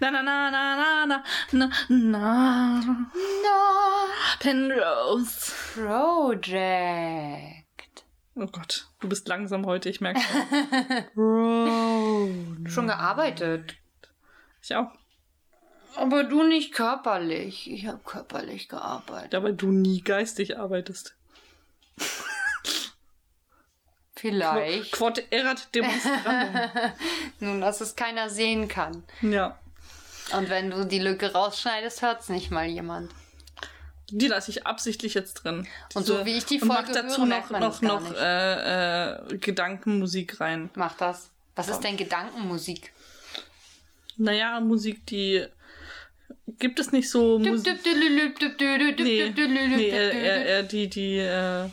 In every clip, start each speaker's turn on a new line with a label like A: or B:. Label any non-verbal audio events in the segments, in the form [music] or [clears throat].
A: Na na na na na na na na.
B: No.
A: Penrose.
B: Project.
A: Oh Gott, du bist langsam heute, ich
B: [laughs]
A: merke.
B: Schon gearbeitet.
A: Ich auch.
B: Aber du nicht körperlich. Ich habe körperlich gearbeitet.
A: Ja, weil du nie geistig arbeitest.
B: Vielleicht.
A: Quod erat
B: [laughs]
A: demonstrandum.
B: Nun, dass es keiner sehen kann.
A: ja.
B: Und wenn du die Lücke rausschneidest, hört's nicht mal jemand.
A: Die lasse ich absichtlich jetzt drin.
B: Und so wie ich die
A: und mach
B: Folge
A: dazu noch,
B: höre, merkt man
A: noch,
B: das gar
A: noch
B: nicht.
A: äh, äh, Gedankenmusik rein.
B: Mach das. Was ist denn Gedankenmusik?
A: Naja, Musik, die gibt es nicht so
B: Düp,
A: Musik.
B: düp, düdelüp, düp, düdelüp,
A: Nee,
B: düp, düdelüp,
A: nee äh,
B: düp,
A: eher, eher, eher
B: düdelüp.
A: die, die äh,
B: Äh.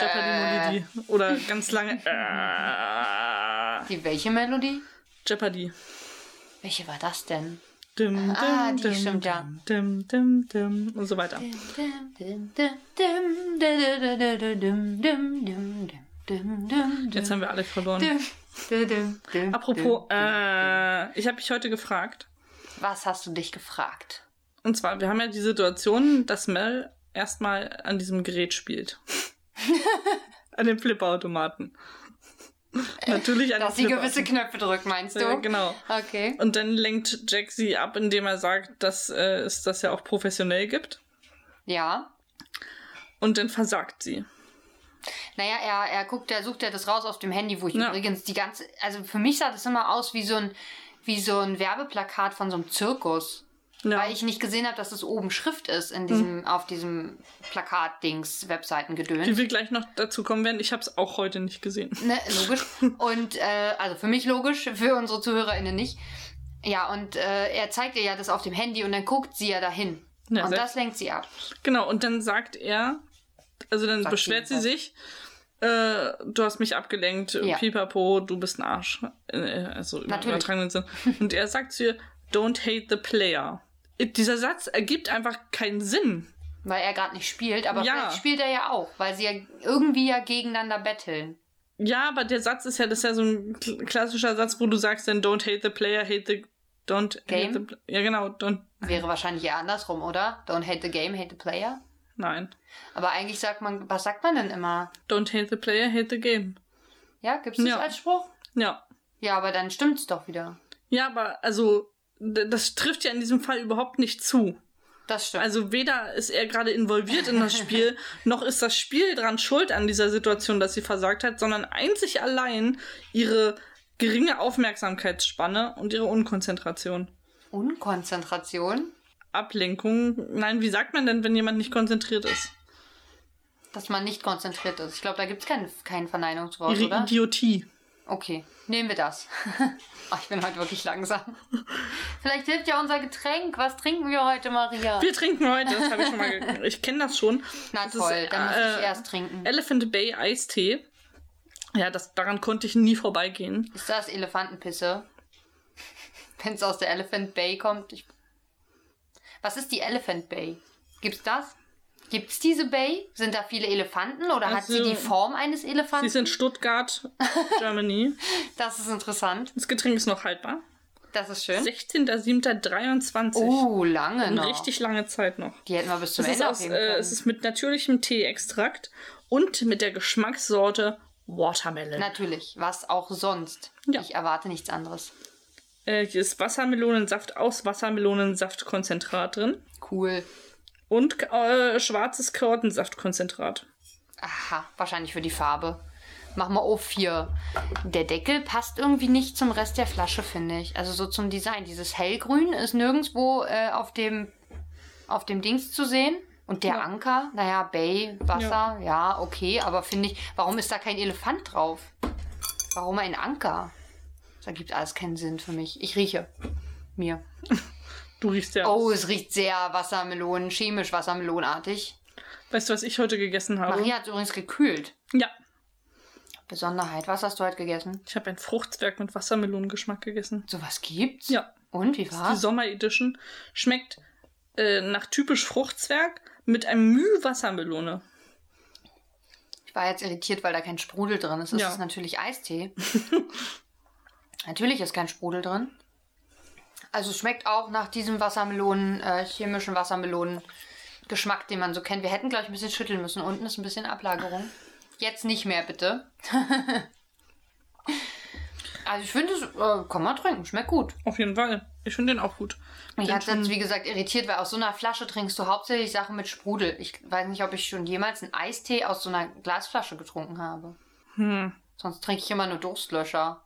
A: Jeopardy-Melodie. Oder ganz lange äh,
B: Die welche Melodie?
A: Jeopardy.
B: Welche war das denn?
A: Dim, dim,
B: Ah, die stimmt, ja.
A: Dim, dim, dim und so weiter. Jetzt
B: Jetzt
A: haben wir alle verloren. Apropos, äh, ich habe mich heute gefragt.
B: Was hast du dich gefragt?
A: Und zwar, wir haben ja die Situation, dass Mel erstmal an diesem Gerät
B: [laughs]
A: spielt. an dem Flipperautomaten.
B: Äh,
A: Natürlich an
B: Dass
A: dem
B: sie
A: Flipper-
B: gewisse Knöpfe drückt, meinst
A: Ja,
B: du?
A: genau.
B: Okay.
A: Und dann lenkt Jack sie ab, indem er sagt, dass äh, es das ja auch professionell gibt.
B: Ja.
A: Und dann versagt sie.
B: Naja, er, er guckt, er sucht ja das raus auf dem Handy, wo ich
A: Ja.
B: übrigens die ganze. Also für mich sah das immer aus wie so ein, wie so ein Werbeplakat von so einem Zirkus.
A: Ja. Mhm.
B: Weil ich nicht gesehen habe, dass es oben Schrift ist in diesem, auf diesem Plakat-Dings, Webseitengedöns.
A: Wie wir gleich noch dazu kommen werden, ich habe es auch heute nicht gesehen.
B: Ne,
A: [laughs]
B: logisch. Und äh, also für mich logisch, für unsere ZuhörerInnen nicht. Ja, und äh, er zeigt ihr ja das auf dem Handy und dann guckt sie ja dahin.
A: Ja,
B: und
A: sehr-
B: das lenkt sie ab.
A: Genau, und dann sagt er, also dann
B: Sagt
A: beschwert sie
B: sie
A: sich, äh, du hast mich abgelenkt,
B: Ja.
A: pipapo, du bist ein Arsch. Äh, Also im
B: Natürlich.
A: übertragenen Sinn. Und er sagt zu ihr, don't hate the player. Dieser Satz ergibt einfach keinen Sinn.
B: Weil er gerade nicht spielt, aber
A: Ja.
B: vielleicht spielt er ja auch, weil sie ja irgendwie ja gegeneinander betteln.
A: Ja, aber der Satz ist ja, das ist ja so ein kl- klassischer Satz, wo du sagst dann, don't hate the player, hate the, don't
B: Game?
A: hate the, pl- ja genau, don't,
B: Wäre wahrscheinlich eher andersrum, oder? Don't hate the game, hate the player.
A: nein.
B: Aber eigentlich sagt man, was sagt man denn immer?
A: Don't hate the player, hate the game.
B: Ja, gibt's das
A: Ja.
B: als Spruch?
A: Ja.
B: Ja, aber dann stimmt's doch wieder.
A: Ja, aber also, d- das trifft ja in diesem Fall überhaupt nicht zu.
B: Das stimmt.
A: Also weder ist er gerade involviert in das
B: [laughs]
A: Spiel, noch ist das Spiel dran schuld an dieser Situation, dass sie versagt hat, sondern einzig allein ihre geringe Aufmerksamkeitsspanne und ihre Unkonzentration.
B: Unkonzentration,
A: Ablenkung. Nein, wie sagt man denn, wenn jemand nicht konzentriert ist?
B: dass man nicht konzentriert ist. Ich glaube, da gibt's kein, kein Verneinungswort,
A: ihre
B: oder?
A: Idiotie.
B: Okay, nehmen wir das. [laughs] Ach, ich bin heute wirklich langsam. Vielleicht hilft ja unser Getränk. Was trinken wir heute, Maria?
A: Wir trinken heute, das habe ich schon mal
B: [laughs]
A: ge- Ich kenne das schon.
B: Na
A: Das
B: toll,
A: ist,
B: dann muss
A: äh,
B: ich erst trinken.
A: Elephant Bay Eistee. Ja, das, daran konnte ich nie vorbeigehen.
B: Ist das Elefantenpisse? [laughs] Wenn es aus der Elephant Bay kommt. Ich... Was ist die Elephant Bay? Gibt's das? Gibt's diese Bay? Sind da viele Elefanten oder hat sie
A: Also,
B: die Form eines
A: Sie
B: Elefanten?
A: ist in Stuttgart,
B: [laughs]
A: Germany.
B: das ist interessant.
A: Das Getränk ist noch haltbar.
B: Das ist schön.
A: 16.07.23.
B: Oh, lange
A: Eine
B: noch.
A: richtig lange Zeit noch.
B: Die hätten wir bis zum
A: Es ist,
B: Ende
A: aus,
B: aufheben
A: äh,
B: können.
A: es ist mit natürlichem Teeextrakt und mit der Geschmackssorte Watermelon.
B: Natürlich, was auch sonst.
A: Ja.
B: Ich erwarte nichts anderes.
A: Äh, hier ist Wassermelonensaft aus Wassermelonensaftkonzentrat drin
B: Cool.
A: und äh, schwarzes Karottensaftkonzentrat.
B: Aha, wahrscheinlich für die Farbe. Mach mal O4. Der Deckel passt irgendwie nicht zum Rest der Flasche, finde ich. Also so zum Design. Dieses hellgrün ist nirgendwo äh, auf, dem, auf dem Dings zu sehen. Und der
A: Ja.
B: Anker, naja, Bay, Wasser, ja, okay, aber finde ich, warum ist da kein Elefant drauf? Warum ein Anker? Das ergibt alles keinen Sinn für mich. Ich rieche. Mir.
A: Du riechst ja.
B: Oh, es riecht sehr Wassermelonen, chemisch Wassermelonartig.
A: Weißt du, was ich heute gegessen habe?
B: Maria hat übrigens gekühlt.
A: Ja,
B: Besonderheit. Was hast du heute gegessen?
A: ich habe ein Fruchtzwerg mit Wassermelonengeschmack gegessen.
B: Sowas gibt's?
A: Ja,
B: Und wie
A: die
B: war's?
A: Sommer-Edition schmeckt äh, nach typisch Fruchtzwerg mit einem Müh Wassermelone.
B: Ich war jetzt irritiert, weil da kein Sprudel drin ist. Es
A: Ja. [laughs]
B: ist natürlich Eistee. natürlich ist kein Sprudel drin. Also es schmeckt auch nach diesem Wassermelonen, äh, chemischen Wassermelonen-Geschmack, den man so kennt. Wir hätten gleich ein bisschen schütteln müssen. Unten ist ein bisschen Ablagerung. Jetzt nicht mehr, bitte. [laughs] also ich finde, es äh, kann man trinken. Schmeckt gut.
A: Auf jeden Fall. Ich finde den auch gut.
B: Mich
A: Den
B: hat jetzt, wie gesagt, irritiert, weil aus so einer Flasche trinkst du hauptsächlich Sachen mit Sprudel. Ich weiß nicht, ob ich schon jemals einen Eistee aus so einer Glasflasche getrunken habe.
A: Hm.
B: Sonst trinke ich immer nur Durstlöscher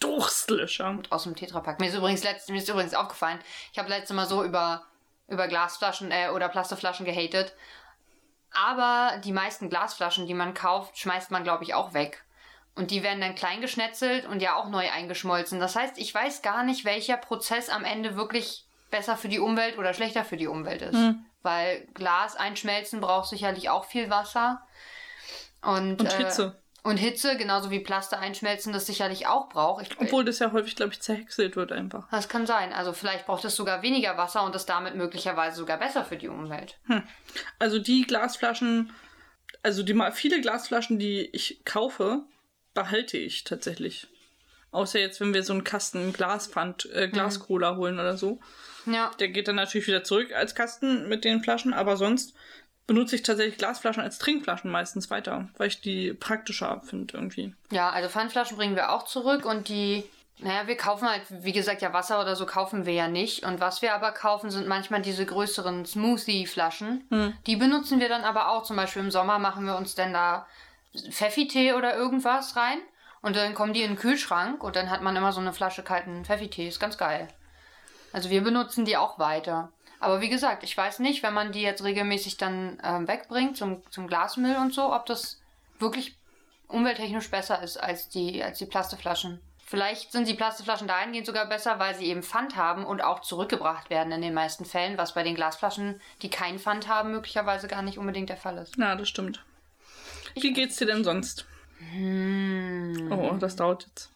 A: Durstlöscher.
B: aus dem Tetrapack. Mir ist übrigens, letzt, mir ist übrigens aufgefallen, ich habe letztes Mal so über, über Glasflaschen äh, oder Plastikflaschen gehatet. Aber die meisten Glasflaschen, die man kauft, schmeißt man, glaube ich, auch weg. Und die werden dann klein geschnetzelt und ja auch neu eingeschmolzen. Das heißt, ich weiß gar nicht, welcher Prozess am Ende wirklich besser für die Umwelt oder schlechter für die Umwelt ist. Weil Glas einschmelzen braucht sicherlich auch viel Wasser. Und,
A: Und Hitze.
B: Äh, und Hitze, genauso wie Plaste einschmelzen, das sicherlich auch braucht. Ich,
A: Obwohl das ja häufig, glaube ich, zerhäckselt wird einfach.
B: das kann sein. Also vielleicht braucht es sogar weniger Wasser und ist damit möglicherweise sogar besser für die Umwelt.
A: Also die Glasflaschen, also die ma- viele Glasflaschen, die ich kaufe, behalte ich tatsächlich. Außer jetzt, wenn wir so einen Kasten Glaspfand, äh, Glascola holen oder so.
B: Ja.
A: Der geht dann natürlich wieder zurück als Kasten mit den Flaschen, aber sonst benutze ich tatsächlich Glasflaschen als Trinkflaschen meistens weiter, weil ich die praktischer finde irgendwie.
B: Ja, also Pfandflaschen bringen wir auch zurück und die, naja, wir kaufen halt, wie gesagt, ja Wasser oder so kaufen wir ja nicht. Und was wir aber kaufen, sind manchmal diese größeren Smoothie-Flaschen. Die benutzen wir dann aber auch. Zum Beispiel im Sommer machen wir uns dann da Pfeffi-Tee oder irgendwas rein. Und dann kommen die in den Kühlschrank und dann hat man immer so eine Flasche kalten Pfeffi-Tee. Ist ganz geil. Also wir benutzen die auch weiter. Aber wie gesagt, ich weiß nicht, wenn man die jetzt regelmäßig dann ähm, wegbringt zum, zum Glasmüll und so, ob das wirklich umwelttechnisch besser ist als die, als die Plastikflaschen. Vielleicht sind die Plastikflaschen dahingehend sogar besser, weil sie eben Pfand haben und auch zurückgebracht werden in den meisten Fällen, was bei den Glasflaschen, die keinen Pfand haben, möglicherweise gar nicht unbedingt der Fall ist.
A: Na, das stimmt. Wie geht's dir denn sonst? Oh, das dauert jetzt.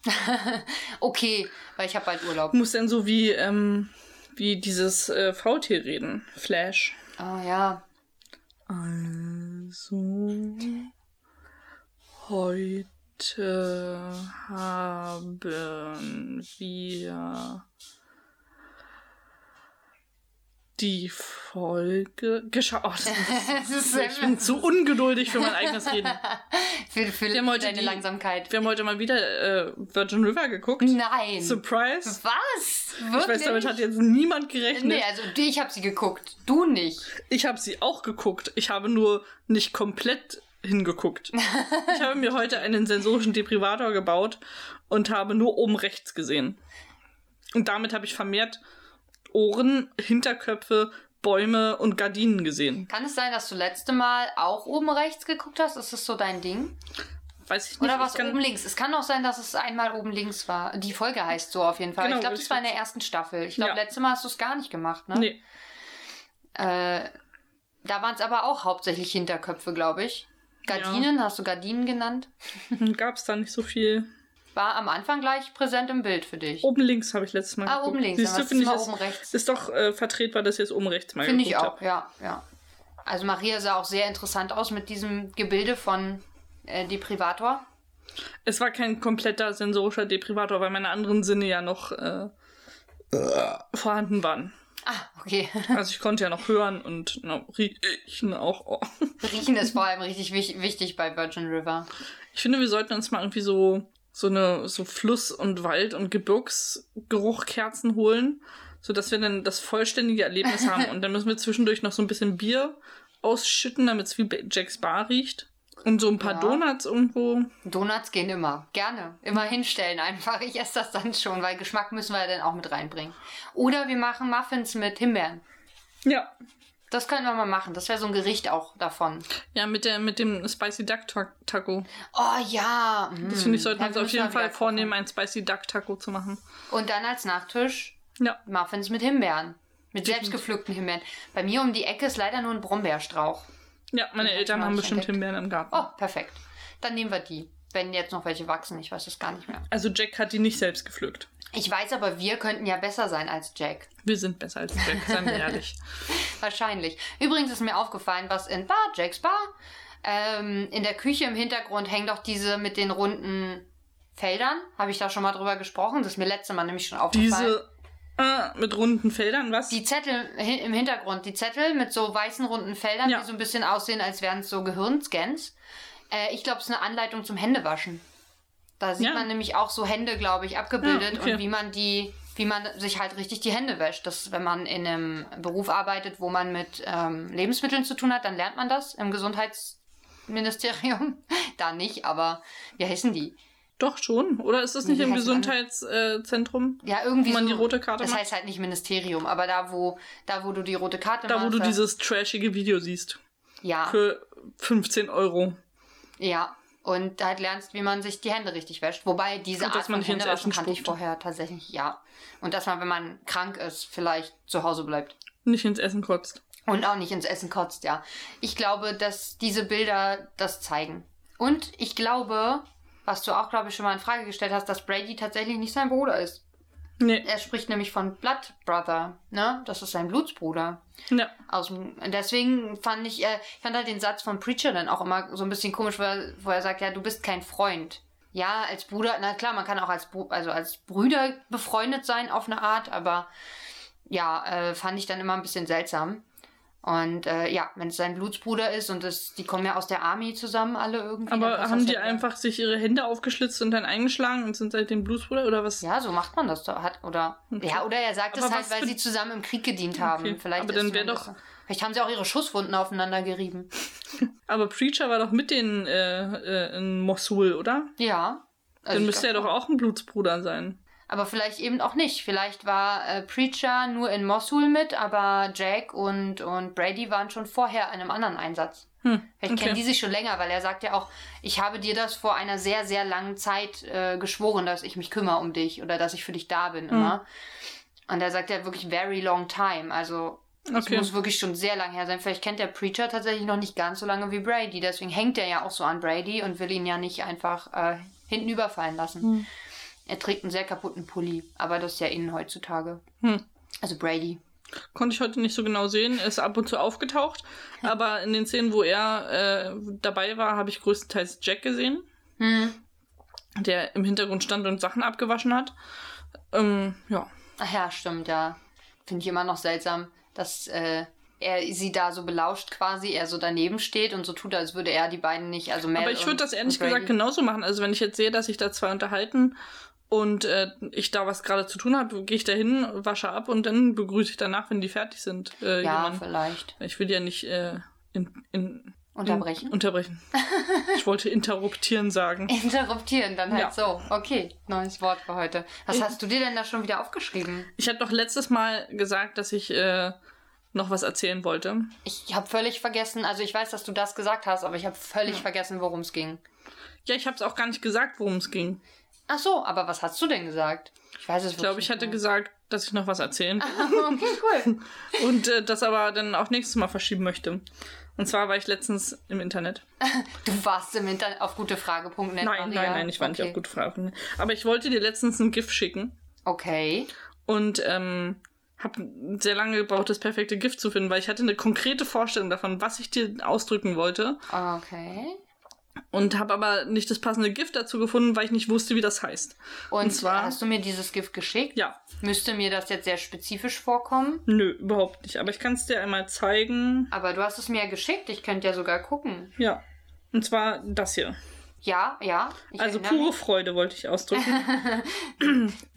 B: Okay, weil ich habe bald Urlaub.
A: Muss denn so wie, ähm, wie dieses äh, Faultier reden? Flash.
B: Oh ja.
A: Also, heute haben wir die Folge geschaut. Oh, [laughs] das
B: Es ist
A: ist, ich bin zu
B: [laughs]
A: ungeduldig für mein eigenes Reden.
B: für, für
A: haben heute
B: deine
A: die-
B: Langsamkeit.
A: Wir haben heute mal wieder äh, Virgin River geguckt.
B: Nein.
A: Surprise!
B: Was? Wirklich?
A: Ich weiß, damit hat jetzt niemand gerechnet.
B: Nee, also die- ich habe sie geguckt. Du nicht.
A: Ich habe sie auch geguckt. Ich habe nur nicht komplett hingeguckt. ich habe mir heute einen sensorischen Deprivator gebaut und habe nur oben rechts gesehen. Und damit habe ich vermehrt Ohren, Hinterköpfe, Bäume und Gardinen gesehen.
B: Kann es sein, dass du letzte Mal auch oben rechts geguckt hast? Ist das so dein Ding?
A: Weiß ich nicht.
B: Oder
A: ich
B: war es
A: kann-
B: oben links? Es kann auch sein, dass es einmal oben links war. Die Folge heißt so auf jeden Fall.
A: Genau,
B: ich glaube, das
A: richtig.
B: war in der ersten Staffel. Ich glaube,
A: Ja.
B: letztes Mal hast du es gar nicht gemacht, ne?
A: Nee,
B: Äh, da waren es aber auch hauptsächlich Hinterköpfe, glaube ich. Gardinen, hast du Gardinen genannt?
A: [laughs] gab es da nicht so viel.
B: War am Anfang gleich präsent im Bild für dich.
A: Oben links habe ich letztes Mal
B: Ah, oben links,
A: Siehst
B: aber
A: du,
B: es
A: finde
B: ist
A: ich,
B: mal
A: ist,
B: oben rechts.
A: ist doch äh, vertretbar, dass ich jetzt oben rechts mal
B: Finde
A: geguckt
B: ich auch,
A: habe.
B: ja, ja. Also Maria sah auch sehr interessant aus mit diesem Gebilde von äh, Deprivator.
A: Es war kein kompletter sensorischer Deprivator, weil meine anderen Sinne ja noch äh, vorhanden waren.
B: Ah, okay. [laughs]
A: Also ich konnte ja noch hören und na, riechen auch. Oh.
B: Riechen ist vor allem richtig wich wichtig bei Virgin River.
A: Ich finde, wir sollten uns mal irgendwie so so eine so Fluss und Wald und Gebirgsgeruchkerzen holen, so dass wir dann das vollständige Erlebnis haben und dann müssen wir zwischendurch noch so ein bisschen Bier ausschütten, damit es wie bei Jack's Bar riecht und so ein paar
B: Ja.
A: Donuts irgendwo.
B: Donuts gehen immer. Gerne. Immer hinstellen einfach. Ich esse das dann schon, weil Geschmack müssen wir ja dann auch mit reinbringen. Oder wir machen Muffins mit Himbeeren.
A: Ja.
B: Das können wir mal machen. Das wäre so ein Gericht auch davon.
A: Ja, mit der mit dem Spicy Duck Ta- Taco.
B: Oh ja. mm.
A: Das finde ich sollten wir
B: Ja,
A: uns
B: wir
A: auf
B: müssen
A: jeden
B: mal
A: Fall
B: wieder
A: vornehmen, ein Spicy Duck Taco zu machen.
B: gucken. Und dann als Nachtisch
A: Ja.
B: Muffins mit Himbeeren. Mit
A: Stimmt.
B: selbstgepflückten Himbeeren. Bei mir um die Ecke ist leider nur ein Brombeerstrauch.
A: Ja, meine
B: Den hab ich
A: Eltern
B: noch
A: haben
B: nicht
A: bestimmt
B: entdeckt.
A: Himbeeren im Garten.
B: Oh, perfekt. Dann nehmen wir die. Wenn jetzt noch welche wachsen, ich weiß es gar nicht mehr.
A: Also Jack hat die nicht selbst gepflückt.
B: Ich weiß aber, wir könnten ja besser sein als Jack.
A: Wir sind besser als Jack, seien
B: [laughs]
A: wir ehrlich.
B: Wahrscheinlich. Übrigens ist mir aufgefallen, was in Bar, Jacks Bar, ähm, in der Küche im Hintergrund hängen doch diese mit den runden Feldern. Habe ich da schon mal drüber gesprochen? Das ist mir letzte Mal nämlich schon aufgefallen.
A: Diese Äh, mit runden Feldern, was?
B: Die Zettel hi- im Hintergrund, die Zettel mit so weißen runden Feldern,
A: Ja.
B: die so ein bisschen aussehen, als wären es so Gehirnscans. Äh, ich glaube, es ist eine Anleitung zum Händewaschen. Da sieht
A: Ja.
B: man nämlich auch so Hände, glaube ich, abgebildet
A: Ja, okay.
B: und wie man die, wie man sich halt richtig die Hände wäscht. Das, wenn man in einem Beruf arbeitet, wo man mit ähm, Lebensmitteln zu tun hat, dann lernt man das im Gesundheitsministerium. [laughs] da nicht, aber wie heißen die?
A: Doch schon. Oder ist das
B: Nee,
A: nicht
B: die
A: im
B: heißt so
A: Gesundheitszentrum?
B: Ja, irgendwie
A: Wo man
B: so,
A: die rote Karte
B: Das
A: macht?
B: heißt halt nicht Ministerium, aber da wo, da wo du die Ah. rote Karte
A: Da, wo
B: machst,
A: du dieses trashige Video siehst.
B: ja.
A: Für 15 Euro.
B: Ja, und halt lernst, wie man sich die Hände richtig wäscht. Wobei diese
A: Und
B: Art
A: dass man
B: von
A: nicht ins
B: Händewaschen
A: Essen
B: kannte ich
A: spuckt.
B: vorher tatsächlich, ja. Und dass man, wenn man krank ist, vielleicht zu Hause bleibt.
A: Nicht ins Essen kotzt.
B: Und auch nicht ins Essen kotzt, ja. Ich glaube, dass diese Bilder das zeigen. Und ich glaube, was du auch, glaube ich, schon mal in Frage gestellt hast, dass Brady tatsächlich nicht sein Bruder ist.
A: Nee.
B: Er spricht nämlich von Blood Brother, ne? Das ist sein Blutsbruder
A: Ja.
B: aus dem, deswegen fand ich, äh, ich fand halt den Satz von Preacher dann auch immer so ein bisschen komisch, wo er, wo er sagt, ja, du bist kein Freund. Ja, als Bruder, na klar, man kann auch als, Bru- also als Brüder befreundet sein auf eine Art, aber ja, äh, fand ich dann immer ein bisschen seltsam. Und äh, ja, wenn es sein Blutsbruder ist und es, die kommen ja aus der Army zusammen alle irgendwie. dann
A: Aber
B: passt
A: haben
B: das
A: die
B: ja wieder.
A: einfach sich ihre Hände aufgeschlitzt und dann eingeschlagen und sind seitdem Bluesbruder oder was?
B: Ja, so macht man das doch. Hat, oder,
A: Okay.
B: Ja, oder er sagt es
A: Aber
B: halt,
A: was
B: weil
A: be-
B: sie zusammen im Krieg gedient haben.
A: Okay,
B: Vielleicht
A: aber
B: ist
A: dann
B: man
A: wär doch-
B: das- Vielleicht haben sie auch ihre Schusswunden aufeinander gerieben.
A: Aber Preacher war doch mit denen äh, äh, in Mosul, oder?
B: Ja. Also
A: dann
B: ich
A: müsste er
B: glaub-
A: doch auch ein Blutsbruder sein.
B: Aber vielleicht eben auch nicht. Vielleicht war äh, Preacher nur in Mosul mit, aber Jack und, und Brady waren schon vorher in einem anderen Einsatz.
A: Hm.
B: Vielleicht kennen die sich schon länger, weil er sagt ja auch, ich habe dir das vor einer sehr, sehr langen Zeit äh, geschworen, dass ich mich kümmere um dich oder dass ich für dich da
A: Hm.
B: bin immer. Und er sagt ja wirklich very long time. Also es
A: Okay.
B: muss wirklich schon sehr lang her sein. Vielleicht kennt der Preacher tatsächlich noch nicht ganz so lange wie Brady. Deswegen hängt er ja auch so an Brady und will ihn ja nicht einfach äh, hinten überfallen lassen.
A: Hm.
B: Er trägt einen sehr kaputten Pulli, aber das ist ja innen heutzutage.
A: Hm.
B: Also Brady.
A: Konnte ich heute nicht so genau sehen, ist ab und zu aufgetaucht. Aber in den Szenen, wo er äh, dabei war, habe ich größtenteils Jack gesehen,
B: Hm.
A: der im Hintergrund stand und Sachen abgewaschen hat. Ähm, ja.
B: Ach ja, stimmt, ja. Finde ich immer noch seltsam, dass äh, er sie da so belauscht quasi, er so daneben steht und so tut, als würde er die beiden nicht, also Mel
A: Aber ich
B: und-
A: würde das ehrlich
B: und Brady.
A: gesagt genauso machen. Also wenn ich jetzt sehe, dass sich da zwei unterhalten und äh, ich da was gerade zu tun habe, gehe ich da hin, wasche ab und dann begrüße ich danach, wenn die fertig sind. Äh,
B: Ja,
A: jemanden.
B: vielleicht.
A: Ich will ja nicht äh, in, in,
B: Unterbrechen? Äh.
A: In, unterbrechen.
B: [laughs]
A: ich wollte interruptieren sagen.
B: Interruptieren, dann halt
A: Ja.
B: so. Okay, neues Wort für heute. Was hast du dir denn da schon wieder aufgeschrieben?
A: Ich habe doch letztes Mal gesagt, dass ich äh, noch was erzählen wollte.
B: Ich habe völlig vergessen, also ich weiß, dass du das gesagt hast, aber ich habe völlig vergessen, worum es ging.
A: Ja, ich habe es auch gar nicht gesagt, worum es ging.
B: Ach so, aber was hast du denn gesagt? Ich weiß es
A: Ich glaube, ich hatte gesagt, dass ich noch was erzählen
B: [laughs] Ah. Okay, cool.
A: und äh, das aber dann auch nächstes Mal verschieben möchte. Und zwar war ich letztens im Internet.
B: [laughs] Du warst im Internet auf gutefrage.net.
A: Nein,
B: Maria.
A: nein, nein, ich war
B: oh, okay.
A: nicht auf gute Fragen. Aber ich wollte dir letztens ein GIF schicken
B: Okay.
A: und ähm, habe sehr lange gebraucht, das perfekte GIF zu finden, weil ich hatte eine konkrete Vorstellung davon, was ich dir ausdrücken wollte
B: Okay.
A: und habe aber nicht das passende GIF dazu gefunden, weil ich nicht wusste, wie das heißt.
B: Und,
A: Und zwar-
B: hast du mir dieses Gift geschickt?
A: Ja,
B: Müsste mir das jetzt sehr spezifisch vorkommen?
A: nö, überhaupt nicht. Aber ich kann es dir einmal zeigen.
B: Aber du hast es mir ja geschickt. Ich könnte ja sogar gucken.
A: Ja. Und zwar das hier.
B: Ja, ja. ich
A: also
B: erinnere
A: pure Freude wollte ich ausdrücken.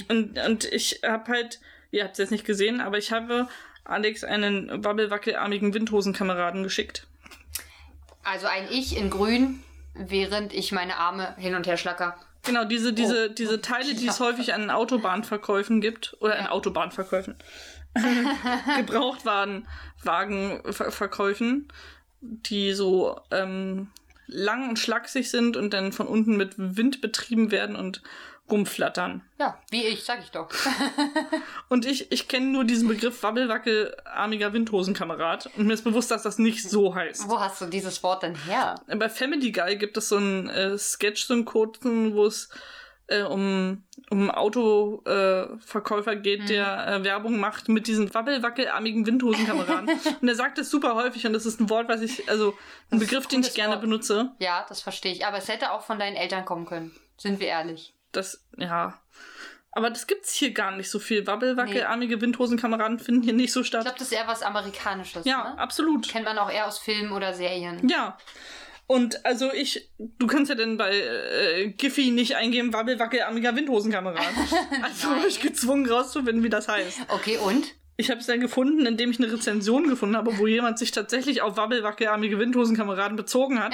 A: und, und ich habe halt, ihr habt es jetzt nicht gesehen, aber ich habe Alex einen wabbelwackelarmigen Windhosenkameraden geschickt.
B: mich. Also ein Ich in Grün, während ich meine Arme hin und her schlacker.
A: Genau, diese, diese, diese Teile, die es
B: Oh, Ja.
A: häufig an Autobahnverkäufen gibt, oder an
B: Ja. [laughs]
A: Autobahnverkäufen, Gebrauchtwagen- Wagenver- Verkäufen, die so ähm, lang und schlaksig sind und dann von unten mit Wind betrieben werden und rumflattern.
B: Ja, wie ich, sag ich doch.
A: Und ich, ich kenne nur diesen Begriff wabbelwackelarmiger Windhosenkamerad und mir ist bewusst, dass das nicht so heißt.
B: Wo hast du dieses Wort denn her?
A: Bei Family Guy gibt es so einen äh, Sketch, so einen kurzen, wo es äh, um, um einen Autoverkäufer äh, Verkäufer geht,
B: Mhm.
A: der äh, Werbung macht mit diesen wabbelwackelarmigen
B: [laughs]
A: Windhosenkameraden. und er sagt das super häufig und das ist ein Wort, was ich, also ein
B: Das ist ein
A: Begriff, den ich
B: cooles
A: gerne
B: Wort.
A: benutze.
B: Ja, das verstehe ich. Aber es hätte auch von deinen Eltern kommen können. Sind wir ehrlich.
A: Das, ja. Aber das gibt's hier gar nicht so viel. Wabbelwackelarmige Windhosenkameraden finden hier nicht so
B: Ich
A: statt.
B: glaube, das ist eher was Amerikanisches.
A: ja,
B: ne?
A: absolut.
B: Kennt man auch eher aus Filmen oder Serien.
A: Ja. Und also ich, du kannst ja denn bei äh, Giphy nicht eingeben, Wabbelwackel, amiger
B: [laughs]
A: Windhosenkamerad. Also
B: Nein.
A: habe ich gezwungen rauszufinden, wie das heißt.
B: Okay, und?
A: Ich habe es dann gefunden, indem ich eine Rezension gefunden habe, wo jemand sich tatsächlich auf Wabbelwackelarmige Windhosenkameraden bezogen
B: [laughs]
A: hat.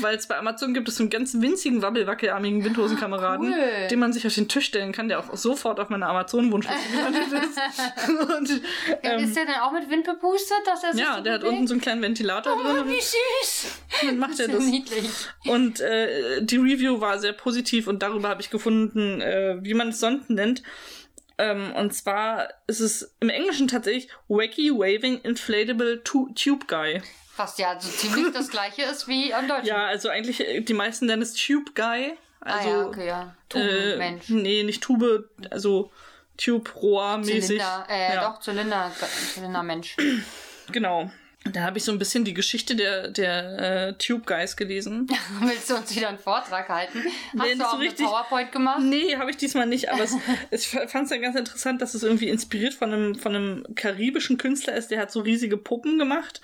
A: Weil es bei Amazon gibt es so einen ganz winzigen Wabbelwackelarmigen Windhosenkameraden,
B: Cool.
A: den man sich auf den Tisch stellen kann, der auch sofort auf meiner Amazon-Wunschliste gelandet
B: [laughs]
A: ist. Und, ähm,
B: ist der dann auch mit Wind beboostet, dass er sich
A: ja,
B: so
A: der hat
B: bewegt?
A: unten so einen kleinen Ventilator drin
B: Oh, wie süß! [laughs]
A: und dann macht er
B: so
A: das.
B: niedlich.
A: Und äh, die Review war sehr positiv und darüber habe ich gefunden, äh, wie man es sonst nennt. Ähm, und zwar ist es im Englischen tatsächlich Wacky Waving Inflatable Tu- Tube Guy.
B: Was ja
A: [laughs]
B: so ziemlich das gleiche ist wie in Deutschland.
A: Ja, also eigentlich äh, die meisten nennen es Tube Guy. Also,
B: ah ja, okay, ja.
A: äh,
B: Tubenmensch.
A: Nee, nicht Tube, also Tube Rohr mäßig.
B: Zylinder, äh,
A: ja,
B: doch, Zylinder, Zylindermensch.
A: Genau. Da habe ich so ein bisschen die Geschichte der, der äh, Tube Guys gelesen.
B: [laughs] Willst du uns wieder einen Vortrag halten? Hast
A: nicht
B: du
A: so
B: auch eine
A: richtig.
B: PowerPoint gemacht?
A: Nee, habe ich diesmal nicht, aber es, ich fand es dann ganz interessant, dass es irgendwie inspiriert von einem, von einem karibischen Künstler ist, der hat so riesige Puppen gemacht.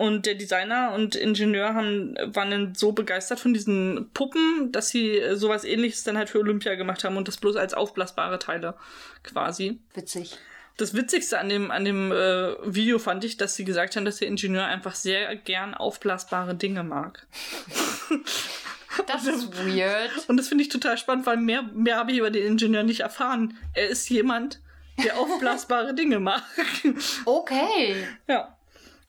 A: Und der Designer und Ingenieur haben, waren dann so begeistert von diesen Puppen, dass sie äh, sowas ähnliches dann halt für Olympia gemacht haben und das bloß als aufblasbare Teile quasi.
B: Witzig.
A: Das Witzigste an dem, an dem äh, Video fand ich, dass sie gesagt haben, dass der Ingenieur einfach sehr gern aufblasbare Dinge mag. [laughs]
B: Das ist weird.
A: Und das finde ich total spannend, weil mehr, mehr habe ich über den Ingenieur nicht erfahren. Er ist jemand, der
B: [laughs]
A: aufblasbare Dinge mag.
B: Okay.
A: ja.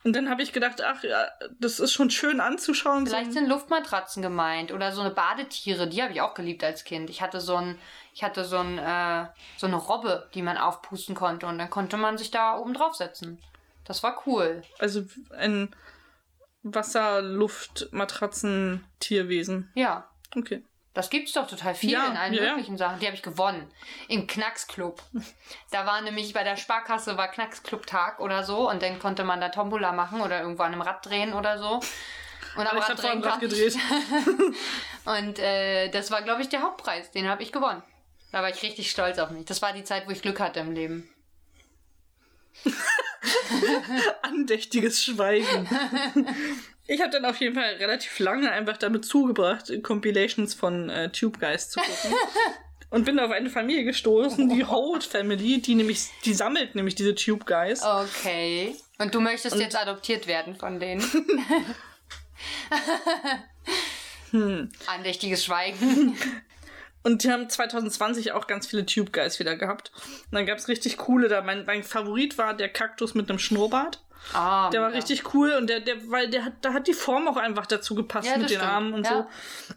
A: Und dann habe ich gedacht, ach ja, das ist schon schön anzuschauen. so-
B: Vielleicht sind Luftmatratzen gemeint oder so eine Badetiere, die habe ich auch geliebt als Kind. Ich hatte so ein, ich hatte so ein, äh, so eine Robbe, die man aufpusten konnte und dann konnte man sich da oben draufsetzen. Das war cool.
A: Also ein Wasser, Luft, Matratzen, Tierwesen.
B: Ja.
A: Okay.
B: Das gibt's doch total viel
A: Ja,
B: in allen
A: ja, ja.
B: möglichen Sachen. Die habe ich gewonnen. Im Knacksclub. Da war nämlich bei der Sparkasse war Knacksclub-Tag oder so und dann konnte man da Tombola machen oder irgendwo an einem Rad drehen oder so. Und am
A: Aber ich
B: Rad
A: habe vorhin
B: drehen
A: gerade
B: kann.
A: gedreht.
B: Und äh, das war, glaube ich, der Hauptpreis. Den habe ich gewonnen. Da war ich richtig stolz auf mich. Das war die Zeit, wo ich Glück hatte im Leben.
A: andächtiges Schweigen. [laughs] Ich habe dann auf jeden Fall relativ lange einfach damit zugebracht, Compilations von äh, Tube Guys zu
B: [laughs]
A: gucken. Und bin auf eine Familie gestoßen,
B: Oh.
A: die Holt Family, die nämlich, die sammelt nämlich diese Tube Guys.
B: Oh. Okay. Und du möchtest jetzt adoptiert werden
A: [laughs]
B: von denen. [laughs]
A: Hm.
B: Andächtiges Schweigen.
A: Und die haben 2020 auch ganz viele Tube Guys wieder gehabt. Und dann gab's richtig coole da. Mein, mein Favorit war der Kaktus mit einem Schnurrbart.
B: Ah,
A: Der war
B: mega.
A: richtig cool und der, der, weil der hat, da hat die Form auch einfach dazu gepasst
B: Ja, das
A: mit den
B: stimmt.
A: Armen und
B: Ja.
A: so.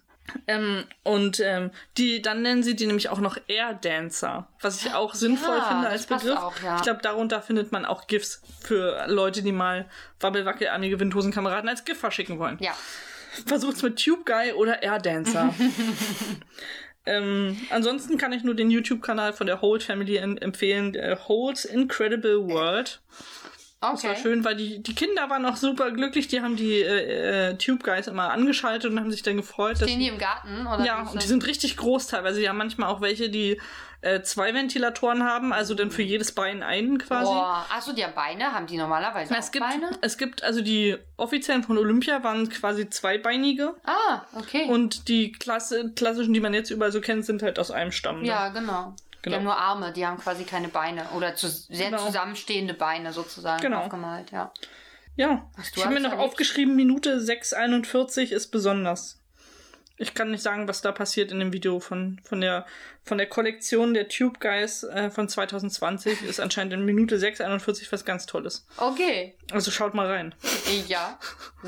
A: Ähm, und ähm, die, dann nennen sie die nämlich auch noch Air Dancer, was ich auch sinnvoll
B: Ja,
A: finde
B: das
A: als
B: passt
A: Begriff.
B: auch, ja.
A: Ich glaube, darunter findet man auch GIFs für Leute, die mal wabbelwackelarmige Windhosenkameraden als GIF verschicken wollen.
B: Ja.
A: Versucht's mit Tube Guy oder Air
B: [laughs]
A: Dancer. ähm, ansonsten kann ich nur den YouTube-Kanal von der Holt Family em- empfehlen, äh, Holt's Incredible World.
B: Okay.
A: Das war schön, weil die, die Kinder waren auch super glücklich. Die haben die äh, äh, Tube Guys immer angeschaltet und haben sich dann gefreut. Dass
B: Stehen die im Garten? Oder
A: ja,
B: wie ist
A: und die
B: das?
A: sind richtig groß teilweise. Die haben manchmal auch welche, die äh, zwei Ventilatoren haben, also dann für jedes Bein einen quasi.
B: Boah. Achso, die haben Beine? Haben die normalerweise
A: Na,
B: auch
A: es, gibt,
B: Beine?
A: es gibt, also die offiziellen von Olympia waren quasi zweibeinige
B: Ah, okay.
A: und die Klasse, klassischen, die man jetzt überall so kennt, sind halt aus einem Stamm. ne?
B: ja, genau. Die
A: Genau.
B: haben nur Arme, die haben quasi keine Beine. Oder zu, sehr
A: Genau.
B: zusammenstehende Beine sozusagen
A: Genau.
B: aufgemalt, ja.
A: Ja,
B: Hast du
A: ich habe mir
B: alles
A: noch
B: erlebt?
A: aufgeschrieben, Minute 641 ist besonders. Ich kann nicht sagen, was da passiert in dem Video von, von, der, von der Kollektion der Tube Guys äh, von 2020. Ist anscheinend in Minute 641 was ganz Tolles.
B: Okay.
A: Also schaut mal rein.
B: Ja.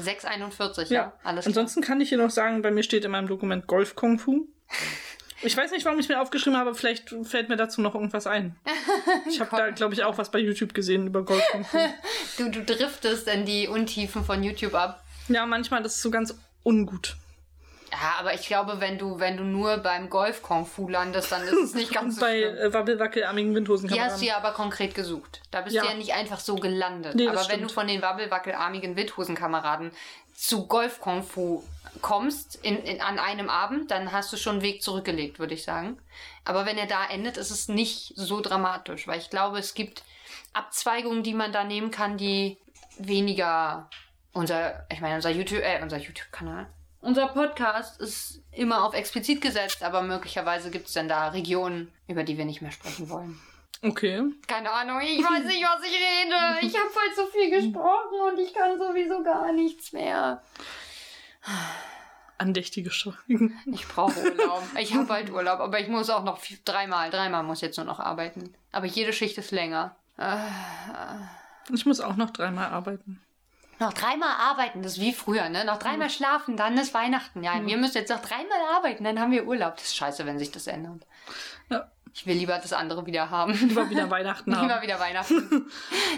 B: 641, ja.
A: Ja,
B: Alles klar.
A: Ansonsten kann ich hier noch sagen, bei mir steht in meinem Dokument Golf Kung Fu. Ich weiß nicht, warum ich mir aufgeschrieben habe, vielleicht fällt mir dazu noch irgendwas
B: [laughs]
A: ein. Ich habe da, glaube ich, auch was bei YouTube gesehen über Golf Kung
B: [laughs]
A: Fu.
B: Du, du driftest in die Untiefen von YouTube ab.
A: Ja, manchmal, das ist so ganz ungut.
B: Ja, aber ich glaube, wenn du, wenn du nur beim Golf Kung Fu landest, dann ist
A: [laughs]
B: es nicht ganz
A: Und
B: so
A: bei
B: schlimm.
A: äh, wabbelwackelarmigen Windhosen
B: Die hast du
A: ja.
B: ja aber konkret gesucht. Da bist
A: Ja.
B: du ja nicht einfach so gelandet.
A: Nee, das
B: aber wenn
A: stimmt.
B: du von den wabbelwackelarmigen Wildhosenkameraden zu Golf Kung Fu kommst in, in, an einem Abend, dann hast du schon einen Weg zurückgelegt, würde ich sagen. Aber wenn er da endet, ist es nicht so dramatisch, weil ich glaube, es gibt Abzweigungen, die man da nehmen kann, die weniger unser, ich meine, unser YouTube, äh, unser YouTube-Kanal. Unser Podcast ist immer auf explizit gesetzt, aber möglicherweise gibt es dann da Regionen, über die wir nicht mehr sprechen wollen.
A: Okay.
B: Keine Ahnung,
A: [laughs]
B: ich weiß nicht, was ich rede. Ich habe halt so viel gesprochen und ich kann sowieso gar nichts mehr.
A: Andächtige Schweigen.
B: Ich brauche
A: [laughs]
B: Urlaub. Ich habe halt Urlaub, aber ich muss auch noch vi- dreimal, dreimal muss jetzt nur noch arbeiten. Aber jede Schicht ist länger.
A: Ich muss auch noch dreimal arbeiten.
B: Noch dreimal arbeiten, das ist wie früher, ne? Noch dreimal
A: Hm.
B: schlafen, dann ist Weihnachten. Ja, wir müssen jetzt noch dreimal arbeiten, dann haben wir Urlaub. Das ist scheiße, wenn sich das ändert.
A: Ja.
B: Ich will lieber das andere wieder haben. [laughs]
A: Lieber wieder Weihnachten
B: Lieber
A: haben.
B: wieder Weihnachten.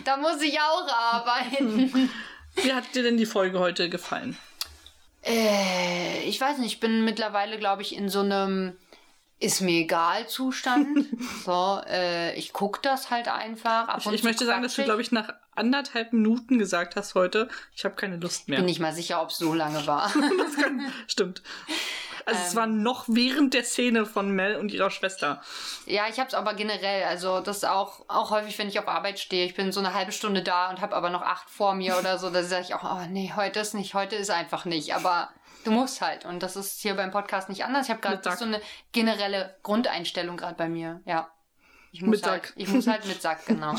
B: da muss ich auch arbeiten.
A: Wie hat dir denn die Folge heute gefallen?
B: Äh, ich weiß nicht, ich bin mittlerweile, glaube ich, in so einem ist mir
A: [laughs]
B: egal Zustand. so, äh, ich gucke das halt einfach. Ab
A: Ich,
B: und
A: ich
B: zu
A: möchte sagen, dass du,
B: quatsch
A: glaube ich, nach anderthalb Minuten gesagt hast heute, ich habe keine Lust mehr.
B: Bin nicht mal sicher, ob es so
A: [laughs]
B: lange war.
A: Stimmt. Also es war noch während der Szene von Mel und ihrer Schwester.
B: ja, ich habe es aber generell. Also, das ist auch, auch häufig, wenn ich auf Arbeit stehe. Ich bin so eine halbe Stunde da und habe aber noch acht vor mir oder so. Da sage ich auch, oh nee, heute ist nicht, heute ist einfach nicht. Aber du musst halt. Und das ist hier beim Podcast nicht anders. Ich habe
A: Mittag.
B: gerade so eine generelle Grundeinstellung gerade bei mir. Ja. Ich muss
A: Mittag.
B: Halt, ich muss halt mit Sack, genau.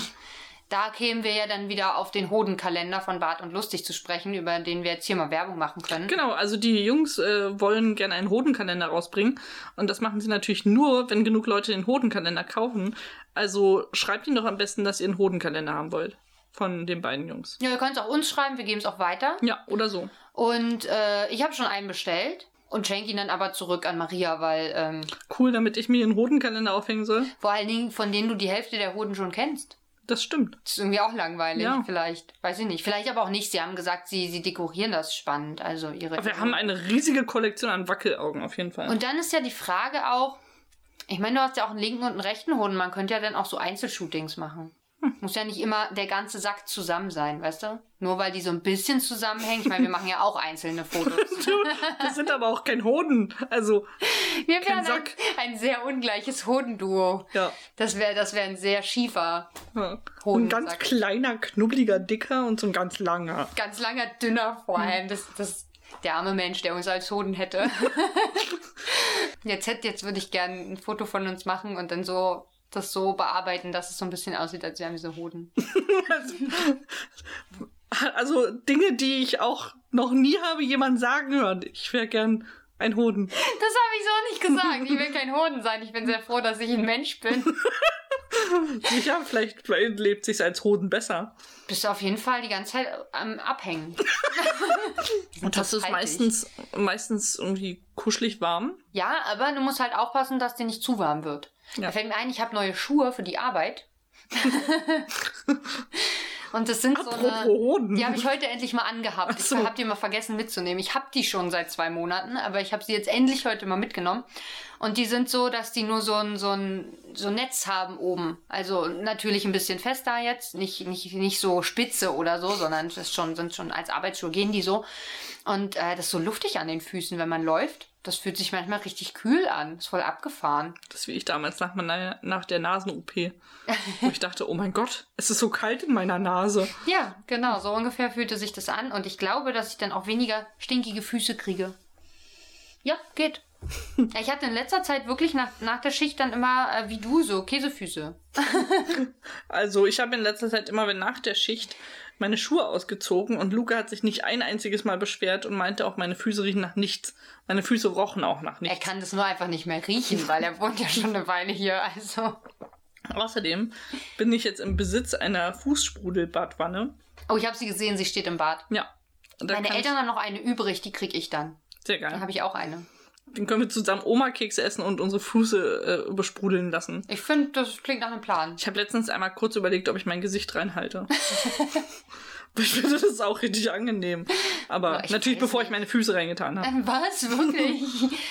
B: Da kämen wir ja dann wieder auf den Hodenkalender von Bart und Lustig zu sprechen, über den wir jetzt hier mal Werbung machen können.
A: Genau, also die Jungs äh, wollen gerne einen Hodenkalender rausbringen. Und das machen sie natürlich nur, wenn genug Leute den Hodenkalender kaufen. Also schreibt ihnen doch am besten, dass ihr einen Hodenkalender haben wollt. Von den beiden Jungs.
B: Ja, ihr könnt es auch uns schreiben, wir geben es auch weiter.
A: Ja, oder so.
B: Und äh, ich habe schon einen bestellt und schenke ihn dann aber zurück an Maria, weil ähm,
A: Cool, damit ich mir einen Hodenkalender aufhängen soll.
B: vor allen Dingen von denen du die Hälfte der Hoden schon kennst.
A: Das stimmt.
B: Das ist irgendwie auch langweilig,
A: Ja.
B: vielleicht. Weiß ich nicht. Vielleicht aber auch nicht. Sie haben gesagt, sie, sie dekorieren das spannend. Also ihre.
A: Aber wir haben eine riesige Kollektion an Wackelaugen auf jeden Fall.
B: Und dann ist ja die Frage auch, ich meine, du hast ja auch einen linken und einen rechten Hoden. Man könnte ja dann auch so Einzelshootings machen.
A: Hm.
B: Muss ja nicht immer der ganze Sack zusammen sein, weißt du? Nur weil die so ein bisschen zusammenhängen. Ich meine, wir machen ja auch einzelne
A: [laughs]
B: Fotos.
A: [laughs] das sind aber auch kein Hoden. Also,
B: Wir
A: Kein
B: wären ein,
A: Sack.
B: ein sehr ungleiches Hodenduo.
A: ja.
B: Das wäre das wär ein sehr schiefer,
A: ja. Ein
B: Hodensack.
A: ganz kleiner, knubbeliger, dicker und so ein ganz
B: [laughs]
A: langer.
B: ganz langer, dünner vor
A: Hm.
B: allem. Das, das, der arme Mensch, der uns als
A: [laughs]
B: Hoden hätte. jetzt hätte, jetzt würde ich gerne ein Foto von uns machen und dann so das so bearbeiten, dass es so ein bisschen aussieht, als wären wir
A: [laughs]
B: so Hoden.
A: Also Dinge, die ich auch noch nie habe jemand sagen hören. Ich wäre gern ein Hoden.
B: Das habe ich so nicht gesagt. Ich will kein Hoden sein. Ich bin sehr froh, dass ich ein Mensch bin.
A: Sicher, vielleicht lebt sich als Hoden besser.
B: Bist du auf jeden Fall die ganze Zeit am Abhängen.
A: [laughs] Und das ist
B: Halt ich.
A: meistens, meistens irgendwie kuschelig warm.
B: Ja, aber du musst halt aufpassen, dass dir nicht zu warm wird.
A: Ja.
B: Da fällt mir ein, ich habe neue Schuhe für
A: [laughs]
B: die Arbeit. [laughs] Und das sind so
A: Apropos
B: eine.
A: Hoden.
B: Die habe ich heute endlich mal angehabt.
A: Ach so.
B: Ich habe die mal vergessen mitzunehmen. Ich habe die schon seit zwei Monaten, aber ich habe sie jetzt endlich heute mal mitgenommen. Und die sind so, dass die nur so ein, so ein, so ein Netz haben oben. Also natürlich ein bisschen fester jetzt, nicht, nicht, nicht so spitze oder so, sondern es ist schon, sind schon als Arbeitsschuhe gehen die so. Und äh, das ist so luftig an den Füßen, wenn man läuft. Das fühlt sich manchmal richtig kühl an. Ist voll abgefahren.
A: das ist wie ich damals nach, meiner, nach der Nasen-OP.
B: [laughs]
A: Wo ich dachte, oh mein Gott, es ist so kalt in meiner Nase.
B: Ja, genau, so ungefähr fühlte sich das an und ich glaube, dass ich dann auch weniger stinkige Füße kriege. Ja,
A: [laughs]
B: geht. Ja, Ich hatte in letzter Zeit wirklich nach, nach der Schicht dann immer, äh, wie du, so Käsefüße.
A: Also ich habe in letzter Zeit immer wenn nach der Schicht meine Schuhe ausgezogen und Luca hat sich nicht ein einziges Mal beschwert und meinte auch, meine Füße riechen nach nichts. Meine Füße rochen auch nach nichts.
B: Er kann das nur einfach nicht mehr riechen, weil er wohnt ja schon eine Weile hier. Also.
A: Außerdem bin ich jetzt im Besitz einer Fußsprudelbadwanne.
B: Oh, ich habe sie gesehen, sie steht im Bad.
A: Ja. Da
B: Meine
A: kann
B: Eltern haben noch eine übrig, die kriege ich dann.
A: Ich, sehr geil.
B: Dann habe ich auch eine.
A: Den können wir zusammen Oma-Kekse essen und unsere Füße äh, übersprudeln lassen.
B: Ich finde, das klingt nach einem Plan.
A: Ich habe letztens einmal kurz überlegt, ob ich mein Gesicht
B: [laughs]
A: reinhalte. ich finde das auch richtig angenehm. Aber
B: Boah, ich
A: natürlich,
B: weiß
A: bevor ich
B: nicht.
A: meine Füße reingetan habe.
B: Ähm, [laughs] Was? Wirklich?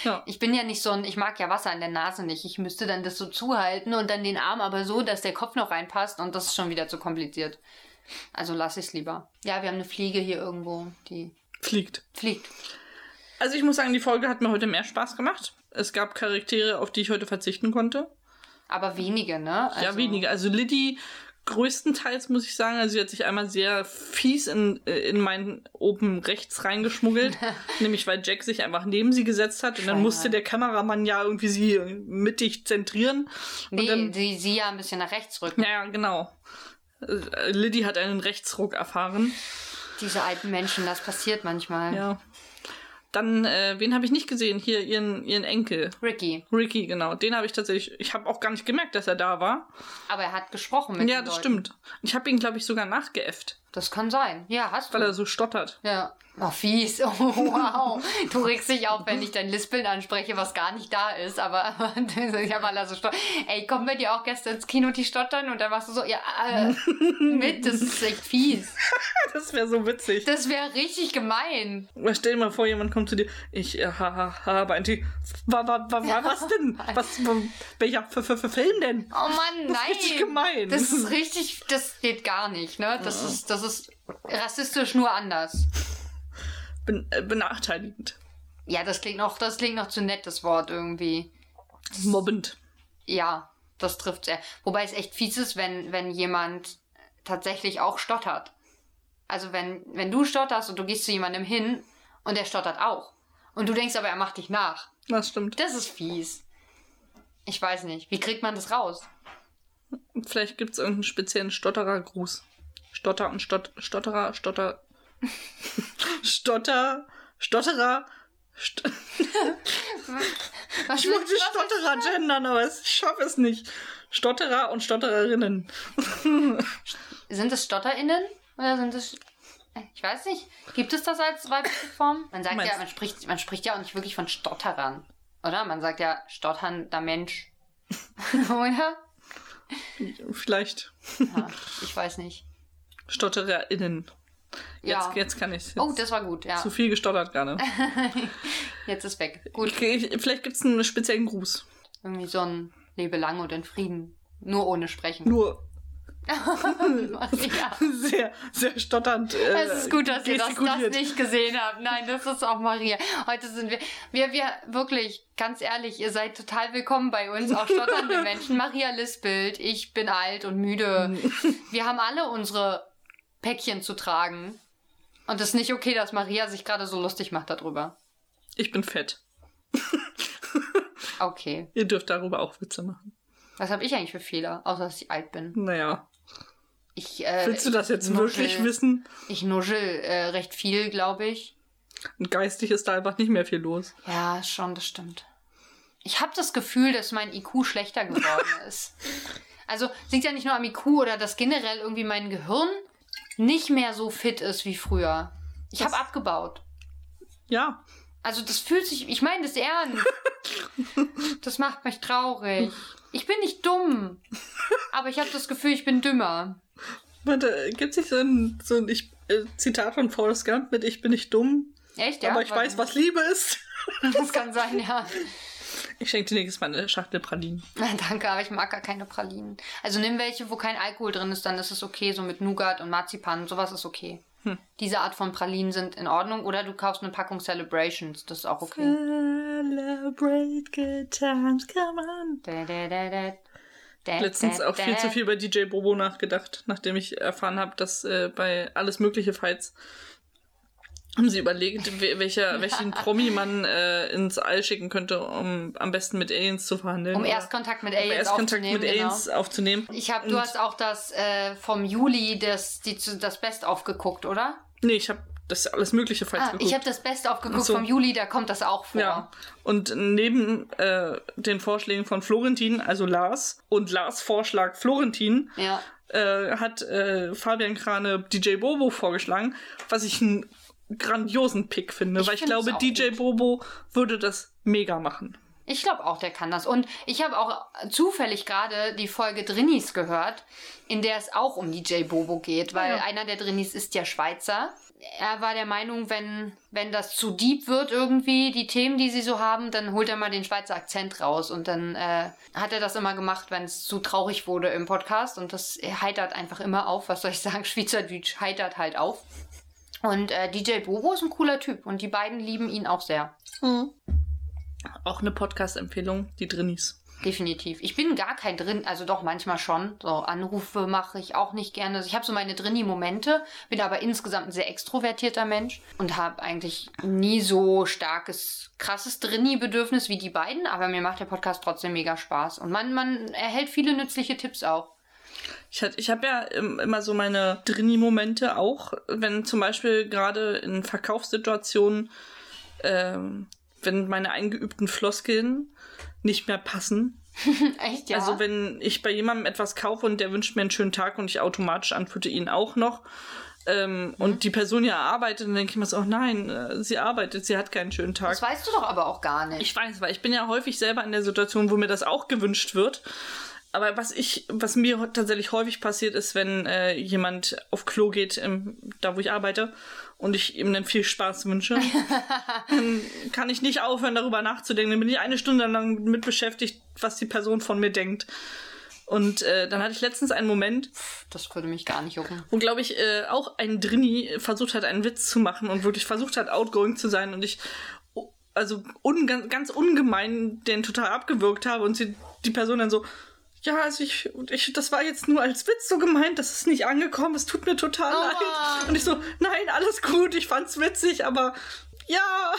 A: [laughs] Ja.
B: Ich bin ja nicht so ein, ich mag ja Wasser in der Nase nicht. Ich müsste dann das so zuhalten und dann den Arm aber so, dass der Kopf noch reinpasst und das ist schon wieder zu kompliziert. Also lass ich es lieber. Ja, wir haben eine Fliege hier irgendwo, die
A: Fliegt.
B: fliegt.
A: Also ich muss sagen, die Folge hat mir heute mehr Spaß gemacht. Es gab Charaktere, auf die ich heute verzichten konnte.
B: Aber wenige, ne? Also,
A: ja, weniger. Also Liddy größtenteils muss ich sagen, also sie hat sich einmal sehr fies in, äh, in meinen oben rechts
B: [laughs]
A: reingeschmuggelt, nämlich weil Jack sich einfach neben sie gesetzt hat und dann
B: Scheinbar.
A: musste der Kameramann ja irgendwie sie mittig zentrieren. Und
B: Nee,
A: dann,
B: sie, sie ja ein bisschen nach rechts rücken.
A: ja, genau. Äh, Liddy hat einen Rechtsruck erfahren.
B: Diese alten Menschen, das passiert manchmal.
A: Ja. Dann, äh, wen habe ich nicht gesehen? Hier, ihren, ihren Enkel.
B: Ricky.
A: Ricky, genau. Den habe ich tatsächlich. Ich habe auch gar nicht gemerkt, dass er da war.
B: Aber er hat gesprochen mit
A: ja,
B: den
A: das
B: Leuten.
A: stimmt. Ich habe ihn, glaube ich, sogar nachgeäfft,
B: Das kann sein. Ja, hast
A: weil
B: du.
A: er so
B: [laughs]
A: stottert.
B: Ja. Oh, fies. [laughs] Oh, wow. Du regst dich auf, wenn ich dein Lispeln anspreche, was gar nicht da ist. Aber, [laughs] aber ich habe alle so stottern. Ey, kommen bei dir auch gestern ins Kino, die stottern? Und dann warst du so, ja,
A: [laughs]
B: äh, mit. Das ist echt fies.
A: Das wäre so witzig.
B: Das wäre richtig gemein.
A: Stell dir mal vor, jemand kommt zu dir. Ich äh, ha, ha, habe ein Tee. Wa, wa, wa, wa, was denn? Was, wa, welcher F -f -f Film denn?
B: Oh Mann, nein.
A: Das ist richtig gemein.
B: Das ist richtig, das geht gar nicht, ne? Das ist, das ist rassistisch nur anders.
A: Bin, äh, benachteiligend.
B: Ja, das klingt noch, das klingt noch zu nett, das Wort irgendwie.
A: Mobbend.
B: Ja, das trifft sehr. Wobei es echt fies ist, wenn, wenn jemand tatsächlich auch stottert. Also wenn, wenn du stotterst und du gehst zu jemandem hin und der stottert auch. Und du denkst aber, er macht dich nach.
A: Das stimmt.
B: Das ist fies. Ich weiß nicht. Wie kriegt man das raus?
A: Vielleicht gibt es irgendeinen speziellen Stotterergruß. Stotter und Stot Stotterer, Stotter. [laughs] Stotter, Stotterer. St
B: Was
A: Ich wollte Stotterer gendern, aber ich schaffe es nicht. Stotterer und Stottererinnen.
B: Sind es StotterInnen? Oder sind es. äh, Ich weiß nicht. Gibt es das als weibliche Form? Man sagt
A: Meinst-
B: ja, man spricht, man spricht ja auch nicht wirklich von Stotterern. Oder? Man sagt ja stotternder Mensch. [laughs] oder?
A: Vielleicht
B: Ja, ich weiß nicht.
A: Stottererinnen. Jetzt,
B: Ja.
A: jetzt kann ich
B: Oh, das war gut, ja.
A: Zu viel gestottert gerade.
B: Jetzt ist weg. Gut.
A: Okay, vielleicht gibt es einen speziellen Gruß.
B: Irgendwie so ein Lebe lang und in Frieden. Nur ohne
A: [laughs]
B: Sprechen.
A: Nur
B: [laughs] ja.
A: sehr, sehr stotternd. Äh,
B: Es ist gut, dass ihr das, das
A: gestikuliert.
B: nicht gesehen habt. Nein, das ist auch Maria. Heute sind wir, wir, wir, wirklich, ganz ehrlich, ihr seid total willkommen bei uns, auch stotternde Menschen. Maria Lispelt, ich bin alt und müde. Wir haben alle unsere Päckchen zu tragen. Und es ist nicht okay, dass Maria sich gerade so lustig macht darüber.
A: Ich bin fett.
B: Okay.
A: Ihr dürft darüber auch Witze machen.
B: Was habe ich eigentlich für Fehler, außer dass ich alt bin?
A: Naja.
B: Ich, äh,
A: Willst du das jetzt
B: ich
A: wirklich
B: nuschel-
A: wissen?
B: Ich nuschel äh, recht viel, glaube ich.
A: Und geistig ist da einfach nicht mehr viel los.
B: Ja, schon, das stimmt. Ich habe das Gefühl, dass mein IQ
A: [laughs]
B: schlechter geworden ist. Also es liegt ja nicht nur am IQ oder dass generell irgendwie mein Gehirn nicht mehr so fit ist wie früher. Ich habe
A: Das-
B: abgebaut.
A: Ja.
B: Also das fühlt sich, ich meine das
A: [laughs]
B: ernst. Das macht mich traurig. Ich bin nicht dumm, aber ich habe das Gefühl, ich bin dümmer.
A: Warte, äh, gibt es nicht so ein, so ein ich, äh, Zitat von Forrest Gump mit Ich bin nicht dumm,
B: Echt, ja?
A: aber ich weiß, was Liebe ist? [laughs]
B: [laughs] Das kann sein, ja.
A: Ich schenke dir nächstes Mal eine Schachtel Pralinen.
B: Na, danke, aber ich mag gar keine Pralinen. Also nimm welche, wo kein Alkohol drin ist, dann ist es okay, so mit Nougat und Marzipan, sowas ist okay.
A: Hm.
B: Diese Art von Pralinen sind in Ordnung. Oder du kaufst eine Packung Celebrations, das ist auch
A: Hm.
B: okay.
A: Celebrate good times, come on.
B: Da, da, da, da. Da,
A: Letztens
B: da,
A: auch viel
B: da.
A: zu viel über DJ Bobo nachgedacht, nachdem ich erfahren habe, dass äh, bei alles mögliche Fights haben sie überlegt, we-
B: [laughs]
A: welcher, welchen Promi man äh, ins All schicken könnte, um am besten mit Aliens zu verhandeln.
B: Um
A: oder-
B: Erstkontakt mit
A: um
B: Aliens
A: Erstkontakt
B: aufzunehmen.
A: mit Aliens aufzunehmen.
B: Genau. Ich hab, du
A: Und-
B: hast auch das äh, vom Juli das, die, das Best aufgeguckt, oder?
A: Nee, ich habe das alles mögliche Fights
B: Ah,
A: geguckt.
B: ich habe das Best aufgeguckt
A: Ach so.
B: vom Juli, da kommt das auch vor.
A: Ja. Und neben äh, den Vorschlägen von Florentin, also Lars, und Lars Vorschlag Florentin,
B: ja.
A: äh, hat äh, Fabian Krane DJ Bobo vorgeschlagen, was ich einen grandiosen Pick finde,
B: Ich
A: weil ich
B: find's
A: glaube,
B: auch
A: DJ
B: gut.
A: Bobo würde das mega machen.
B: Ich glaube auch, der kann das. Und ich habe auch zufällig gerade die Folge Drinnies gehört, in der es auch um DJ Bobo geht, weil
A: Ja.
B: einer der Drinnies ist ja Schweizer. Er war der Meinung, wenn, wenn das zu deep wird irgendwie, die Themen, die sie so haben, dann holt er mal den Schweizer Akzent raus. Und dann äh, hat er das immer gemacht, wenn es zu traurig wurde im Podcast. Und das heitert einfach immer auf. Was soll ich sagen? [laughs] Schweizerdeutsch heitert halt auf. Und äh, DJ Bobo ist ein cooler Typ. Und die beiden lieben ihn auch sehr.
A: Auch eine Podcast-Empfehlung, die Drinnies.
B: Definitiv. Ich bin gar kein drin, also doch manchmal schon. So Anrufe mache ich auch nicht gerne. Also ich habe so meine drinni Momente, bin aber insgesamt ein sehr extrovertierter Mensch und habe eigentlich nie so starkes, krasses drinni Bedürfnis wie die beiden, aber mir macht der Podcast trotzdem mega Spaß und man man erhält viele nützliche Tipps auch. [clears throat]
A: Ich, hat- ich habe ja im- immer so meine Drinni-Momente auch, wenn zum Beispiel gerade in Verkaufssituationen, ähm, wenn meine eingeübten Floskeln nicht mehr passen.
B: Echt ja.
A: Also wenn ich bei jemandem etwas kaufe und der wünscht mir einen schönen Tag und ich automatisch antworte ihn auch noch ähm, und die Person ja arbeitet, dann denke ich mir so, oh nein, äh, sie arbeitet, sie hat keinen schönen Tag.
B: das weißt du doch aber auch gar nicht.
A: Ich weiß, weil ich bin ja häufig selber in der Situation, wo mir das auch gewünscht wird. Aber was ich, was mir hä- tatsächlich häufig passiert ist, wenn äh, jemand auf Klo geht, ähm, da wo ich arbeite, und ich ihm dann viel Spaß wünsche, dann kann ich nicht aufhören, darüber nachzudenken. Dann bin ich eine Stunde lang mit beschäftigt, was die Person von mir denkt. Und äh, dann hatte ich letztens einen Moment,
B: das würde mich gar nicht jucken.
A: wo, glaube ich, äh, auch ein Drini versucht hat, einen Witz zu machen und wirklich versucht hat, outgoing zu sein und ich o- also un, ganz, ganz ungemein den total abgewürgt habe und sie, die Person dann so, ja, also ich, und ich, das war jetzt nur als Witz so gemeint, das ist nicht angekommen, es tut mir total
B: Oh
A: leid.
B: Mann.
A: Und ich so, nein, alles gut, ich fand's witzig, aber ja.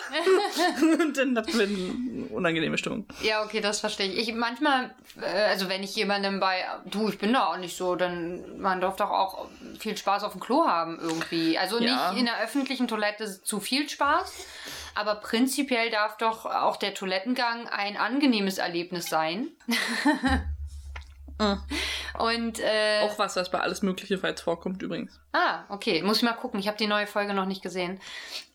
A: und dann hatten wir eine unangenehme Stimmung.
B: Ja, okay, das verstehe ich. Ich manchmal, äh, also wenn ich jemandem bei, du, ich bin da auch nicht so, dann man darf doch auch viel Spaß auf dem Klo haben irgendwie. Also
A: Ja.
B: nicht in der öffentlichen Toilette zu viel Spaß, aber prinzipiell darf doch auch der Toilettengang ein angenehmes Erlebnis sein.
A: Ah.
B: Und äh,
A: Auch was, was bei alles Mögliche weit vorkommt übrigens.
B: Ah, okay. Muss ich mal gucken. Ich habe die neue Folge noch nicht gesehen.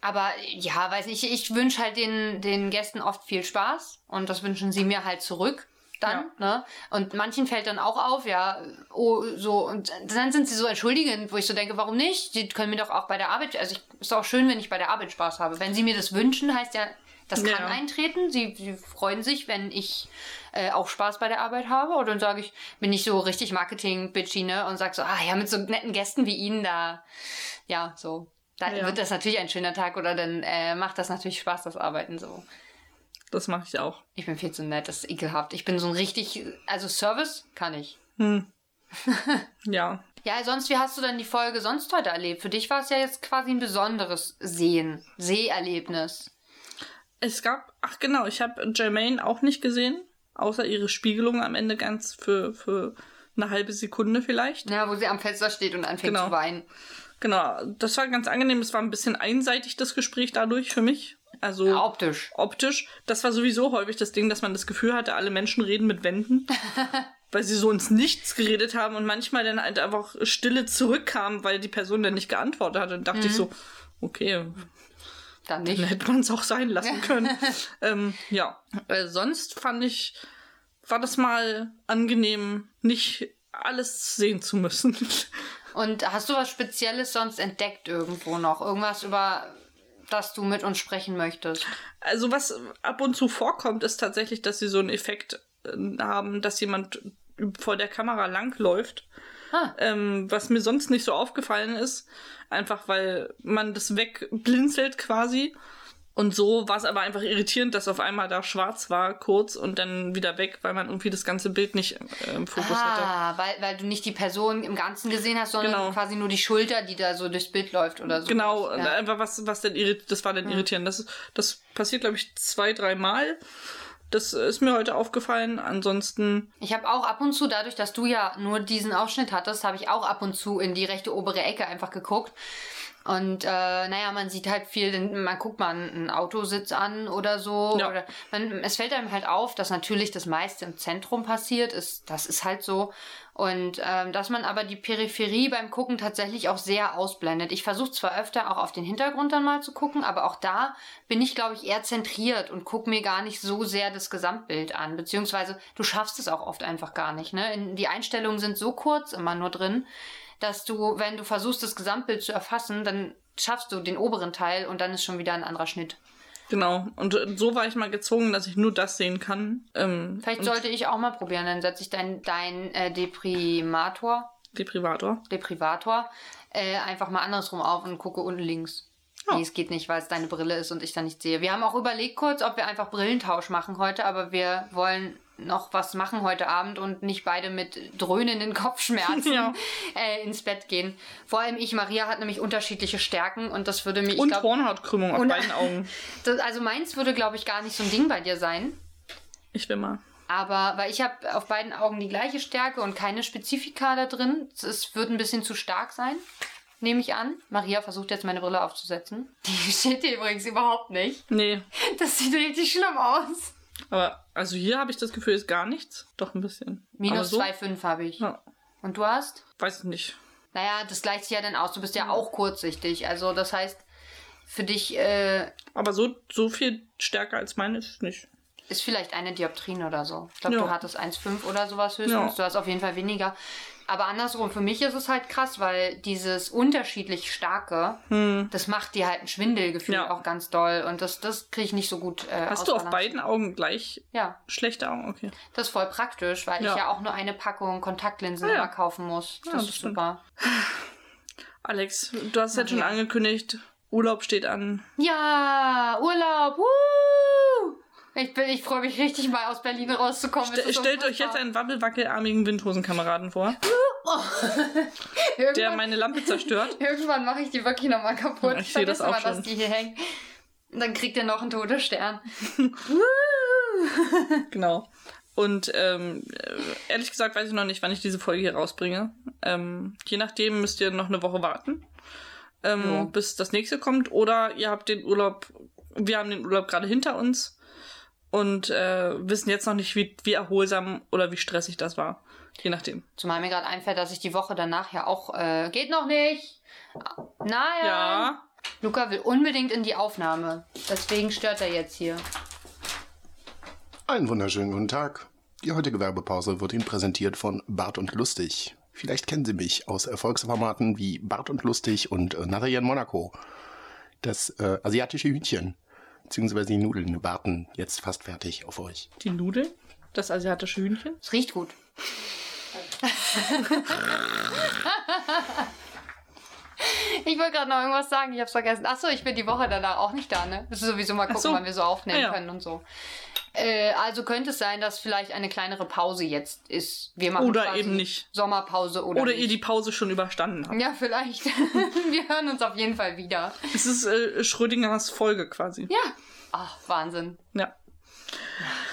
B: Aber ja, weiß nicht. Ich wünsche halt den, den Gästen oft viel Spaß. Und das wünschen sie mir halt zurück. Dann, ne? Und manchen fällt dann auch auf, ja, oh, so. Und dann sind sie so entschuldigend, wo ich so denke, warum nicht? Die können mir doch auch bei der Arbeit, also ich, ist auch schön, wenn ich bei der Arbeit Spaß habe. Wenn sie mir das wünschen, heißt ja, das
A: Ja.
B: kann eintreten. Sie, sie freuen sich, wenn ich äh, auch Spaß bei der Arbeit habe. Und dann sage ich, bin ich so richtig Marketing-Bitchy, ne? Und sage so, ah ja, mit so netten Gästen wie Ihnen da. Ja, so. Da
A: Ja.
B: wird das natürlich ein schöner Tag oder dann äh, macht das natürlich Spaß, das Arbeiten so.
A: Das mache ich auch.
B: Ich bin viel zu nett, das ist ekelhaft. Ich bin so ein richtig, also Service kann ich.
A: Hm. ja.
B: Ja, sonst, wie hast du denn die Folge sonst heute erlebt? Für dich war es ja jetzt quasi ein besonderes Sehen, Seherlebnis.
A: Es gab, ach genau, ich habe Jermaine auch nicht gesehen, außer ihre Spiegelung am Ende ganz für, für eine halbe Sekunde vielleicht.
B: Ja, ne, wo sie am Fenster steht und anfängt
A: Genau.
B: zu weinen.
A: Genau, das war ganz angenehm, es war ein bisschen einseitig das Gespräch dadurch für mich. Also
B: Ja, optisch.
A: optisch. Das war sowieso häufig das Ding, dass man das Gefühl hatte, alle Menschen reden mit Wänden. weil sie so ins Nichts geredet haben und manchmal dann halt einfach Stille zurückkam, weil die Person dann nicht geantwortet hat. Und dachte ich so, okay,
B: Dann
A: Dann
B: nicht.
A: hätte man es auch sein lassen können. ähm, ja, äh, sonst fand ich, war das mal angenehm, nicht alles sehen zu müssen. [laughs]
B: Und hast du was Spezielles sonst entdeckt irgendwo noch? Irgendwas, über das du mit uns sprechen möchtest?
A: also was ab und zu vorkommt, ist tatsächlich, dass sie so einen Effekt äh, haben, dass jemand vor der Kamera langläuft.
B: Ah.
A: Ähm, was mir sonst nicht so aufgefallen ist, einfach weil man das wegblinzelt quasi. Und so war es aber einfach irritierend, dass auf einmal da schwarz war, kurz und dann wieder weg, weil man irgendwie das ganze Bild nicht äh, im Fokus hatte.
B: Ah, weil, weil du nicht die Person im Ganzen gesehen hast, sondern
A: Genau.
B: quasi nur die Schulter, die da so durchs Bild läuft oder so.
A: Genau, und
B: Ja.
A: einfach was, was denn irrit das war dann irritierend. Das, das passiert, glaube ich, zwei, dreimal. Das ist mir heute aufgefallen. Ansonsten,
B: Ich habe auch ab und zu, dadurch, dass du ja nur diesen Ausschnitt hattest, habe ich auch ab und zu in die rechte obere Ecke einfach geguckt. Und äh, naja, man sieht halt viel, denn man guckt mal einen Autositz an oder so.
A: Ja.
B: Oder man, es fällt einem halt auf, dass natürlich das meiste im Zentrum passiert ist. Das ist halt so. Und ähm, dass man aber die Peripherie beim Gucken tatsächlich auch sehr ausblendet. Ich versuche zwar öfter auch auf den Hintergrund dann mal zu gucken, aber auch da bin ich, glaube ich, eher zentriert und gucke mir gar nicht so sehr das Gesamtbild an. Beziehungsweise du schaffst es auch oft einfach gar nicht. Ne? In, die Einstellungen sind so kurz immer nur drin, dass du, wenn du versuchst, das Gesamtbild zu erfassen, dann schaffst du den oberen Teil und dann ist schon wieder ein anderer Schnitt.
A: Genau. Und äh, so war ich mal gezwungen, dass ich nur das sehen kann. Ähm,
B: Vielleicht
A: und
B: sollte ich auch mal probieren, dann setze ich dein, dein äh, Deprimator,
A: Deprivator.
B: Deprivator äh, einfach mal andersrum auf und gucke unten links.
A: Ja.
B: Nee, es geht nicht, weil es deine Brille ist und ich da nicht sehe. Wir haben auch überlegt kurz, ob wir einfach Brillentausch machen heute, aber wir wollen noch was machen heute Abend und nicht beide mit dröhnenden
A: [laughs]
B: Kopfschmerzen
A: Ja.
B: äh, ins Bett gehen. Vor allem ich, Maria, hat nämlich unterschiedliche Stärken und das würde mich, ich
A: und
B: glaub-
A: Hornhautkrümmung auf
B: Und-
A: beiden Augen.
B: das, also meins würde, glaube ich, gar nicht so ein Ding bei dir sein.
A: Ich will mal.
B: Aber, weil ich habe auf beiden Augen die gleiche Stärke und keine Spezifika da drin. Es ist- wird ein bisschen zu stark sein, nehme ich an. Maria versucht jetzt meine Brille aufzusetzen. Die [laughs] steht dir übrigens überhaupt nicht.
A: Nee.
B: Das sieht richtig schlimm aus.
A: Aber also hier habe ich das Gefühl, ist gar nichts. Doch ein bisschen. Aber
B: Minus
A: so,
B: 2,5 habe ich.
A: Ja,
B: Und du hast?
A: weiß ich nicht.
B: Naja, das gleicht sich ja dann aus. Du bist ja auch kurzsichtig. Also, das heißt, für dich äh,
A: Aber so, so viel stärker als meine ist es nicht.
B: ist vielleicht eine Dioptrin oder so. Ich glaube,
A: Ja.
B: du hattest 1,5 oder sowas höchstens.
A: Ja.
B: Du hast auf jeden Fall weniger. Aber andersrum, für mich ist es halt krass, weil dieses unterschiedlich starke, das macht dir halt ein Schwindelgefühl
A: Hm. Ja.
B: auch ganz doll. Und das, das kriege ich nicht so gut äh,
A: Hast du auf
B: ausbalanciert.
A: beiden Augen gleich
B: Ja,
A: schlechte Augen? Okay.
B: das ist voll praktisch, weil
A: Ja.
B: ich ja auch nur eine Packung Kontaktlinsen
A: Ah, ja.
B: immer kaufen muss. Das,
A: Ja, das
B: ist
A: stimmt.
B: super.
A: Alex, du hast jetzt
B: Ja.
A: schon angekündigt, Urlaub steht an.
B: Ja, Urlaub! Woo! Ich, bin- ich freue mich richtig mal aus Berlin rauszukommen. Es
A: Ste-
B: ist
A: Stellt euch jetzt
B: unfassbar.
A: einen wabbelwackelarmigen Windhosenkameraden vor, der
B: Irgendwann-
A: meine Lampe zerstört.
B: Irgendwann mache ich die wirklich nochmal kaputt.
A: Ich sehe das
B: Vergiss
A: auch
B: mal,
A: schon.
B: dass die hier hängen. Und dann kriegt er noch einen Todesstern.
A: Genau. Und ähm, äh, ehrlich gesagt weiß ich noch nicht, wann ich diese Folge hier rausbringe. Ähm, je nachdem müsst ihr noch eine Woche warten, ähm,
B: Ja.
A: bis das nächste kommt. Oder ihr habt den Urlaub, wir haben den Urlaub gerade hinter uns und äh, wissen jetzt noch nicht, wie, wie erholsam oder wie stressig das war. Je nachdem.
B: Zumal mir gerade einfällt, dass ich die Woche danach ja auch. Äh, geht noch nicht! Naja.
A: Ja,
B: Luca will unbedingt in die Aufnahme. Deswegen stört er jetzt hier.
C: Einen wunderschönen guten Tag. Die heutige Werbepause wird Ihnen präsentiert von Bart und Lustig. Vielleicht kennen Sie mich aus Erfolgsformaten wie Bart und Lustig und äh, Nathalie in Monaco. Das äh, asiatische Hühnchen, beziehungsweise die Nudeln, warten jetzt fast fertig auf euch.
A: die Nudeln, das asiatische Hühnchen.
B: Es riecht gut. [laughs] ich wollte gerade noch irgendwas sagen, ich hab's vergessen. Achso, ich bin die Woche danach auch nicht da, ne? Müssen sowieso mal gucken,
A: so.
B: wann wir so aufnehmen
A: Ah, ja.
B: können und so. Äh, also könnte es sein, dass vielleicht eine kleinere Pause jetzt ist. Wir machen
A: Oder
B: quasi
A: eben nicht.
B: Sommerpause oder,
A: Oder
B: nicht.
A: ihr die Pause schon überstanden habt.
B: Ja, vielleicht. [laughs] wir hören uns auf jeden Fall wieder.
A: Es ist äh, Schrödingers Folge quasi.
B: Ja. Ach, Wahnsinn.
A: Ja.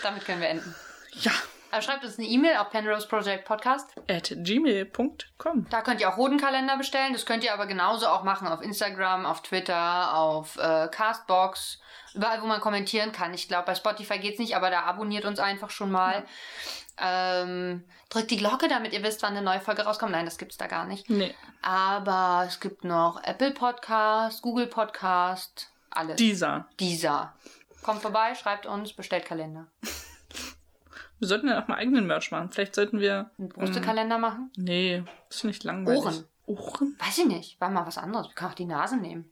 B: Damit können wir enden.
A: Ja.
B: Aber schreibt uns eine E-Mail auf Penrose Project Podcast.
A: At gmail.com.
B: Da könnt ihr auch Hodenkalender bestellen. Das könnt ihr aber genauso auch machen auf Instagram, auf Twitter, auf äh, Castbox. Überall, wo man kommentieren kann. Ich glaube, bei Spotify geht's nicht, aber da abonniert uns einfach schon mal. Ähm, drückt die Glocke, damit ihr wisst, wann eine neue Folge rauskommt. Nein, das gibt's da gar nicht.
A: Nee.
B: Aber es gibt noch Apple Podcast, Google Podcast, alles.
A: Dieser.
B: Dieser. Kommt vorbei, schreibt uns, bestellt Kalender.
A: Wir sollten ja auch mal eigenen Merch machen. Vielleicht sollten wir. ähm,
B: Einen Brustekalender machen?
A: Nee, ist nicht langweilig.
B: Ohren.
A: Ohren?
B: Weiß ich nicht. War mal was anderes. Wir können auch die Nase nehmen.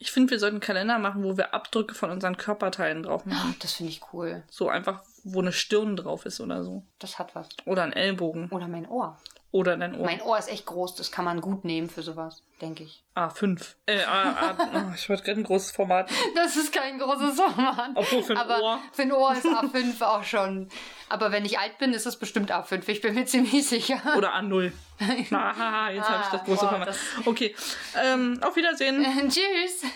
A: Ich finde, wir sollten einen Kalender machen, wo wir Abdrücke von unseren Körperteilen drauf machen.
B: [gasps] Das finde ich cool.
A: So einfach, wo eine Stirn drauf ist oder so.
B: Das hat was.
A: Oder ein Ellbogen.
B: Oder mein Ohr.
A: Oder dein Ohr.
B: Mein Ohr ist echt groß, das kann man gut nehmen für sowas, denke ich.
A: A5. Äh, A,
B: [laughs]
A: A, oh, ich wollte gerade ein großes Format.
B: Das ist kein großes Format.
A: Obwohl für ein
B: Aber
A: Ohr.
B: für ein Ohr ist [laughs] A5 auch schon. Aber wenn ich alt bin, ist es bestimmt A5. Ich bin mir ziemlich sicher.
A: Oder
B: [laughs]
A: A0. Na, haha, jetzt habe ich
B: Ah,
A: das große
B: boah,
A: Format.
B: das- [laughs]
A: Okay. Ähm, auf Wiedersehen.
B: Tschüss.